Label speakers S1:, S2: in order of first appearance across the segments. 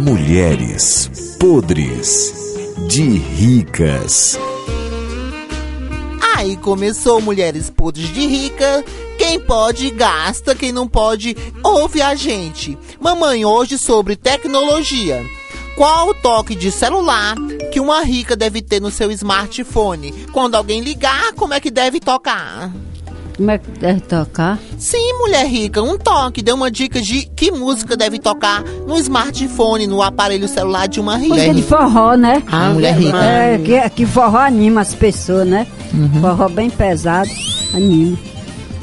S1: Mulheres podres de ricas.
S2: Aí começou Mulheres Podres de Rica. Quem pode, gasta. Quem não pode, ouve a gente. Mamãe, hoje sobre tecnologia. Qual o toque de celular que uma rica deve ter no seu smartphone? Quando alguém ligar, como é que deve tocar?
S3: Como é que deve tocar?
S2: Sim, mulher rica, um toque. Dê uma dica de que música deve tocar no smartphone, no aparelho celular de uma rica.
S3: Música de forró, né?
S2: Ah, mulher rica. Uhum.
S3: É, que, que forró anima as pessoas, né? Forró bem pesado, anima.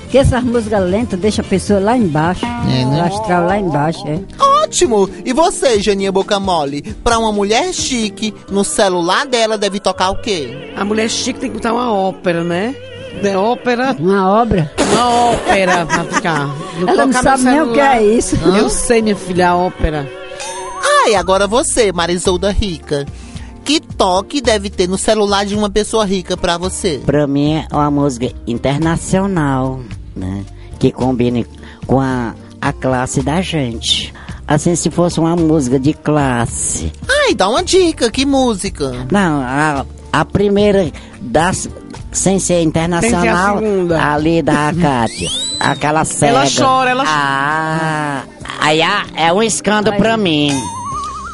S3: Porque essas músicas lentas deixam a pessoa lá embaixo,
S2: É, né?
S3: o astral lá embaixo, é.
S2: Ótimo! E você, Janinha Boca Mole? Pra uma mulher chique, no celular dela deve tocar o quê?
S4: A mulher chique tem que botar uma ópera, né? De ópera,
S3: Uma obra.
S4: uma ópera pra ficar.
S3: Ela não
S4: toca no
S3: sabe nem o que
S4: celular.
S3: é isso.
S4: Eu sei, minha filha, a ópera.
S2: Ah, e agora você, Marisolda Rica. Que toque deve ter no celular de uma pessoa rica pra você?
S5: Pra mim é uma música internacional, né? Que combine com a, a classe da gente. Assim, se fosse uma música de classe.
S2: Ai, dá uma dica, que música?
S5: Não, a, a primeira das. Sem ser internacional,
S4: segunda.
S5: ali da Cátia. Aquela cega.
S4: Ela chora, ela chora.
S5: Ah, aí ah, é um escândalo pra mim.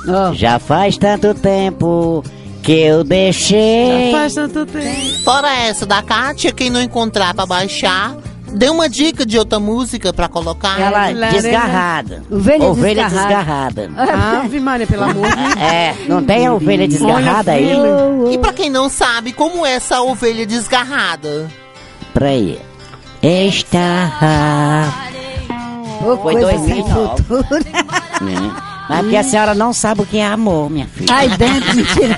S3: Ó,
S5: Já faz tanto tempo que eu deixei.
S4: Faz tanto tempo.
S2: Fora essa da Kátia, quem não encontrar pra baixar, dê uma dica de outra música pra colocar.
S5: Ela
S4: Laranja.
S5: desgarrada.
S3: Ovelha
S5: desgarrada.
S3: É.
S4: Ave Maria, pelo amor de Deus.
S5: É, não tem a ovelha desgarrada aí?
S2: E pra quem não sabe, como é essa ovelha desgarrada?
S5: Peraí. Estarra.
S3: ô,
S5: Foi
S3: coisa
S5: dois
S3: sem
S5: sem nove.
S3: futuro.
S5: Mas porque a senhora não sabe o que é amor, minha filha.
S3: Ai, dentro, mentirosa.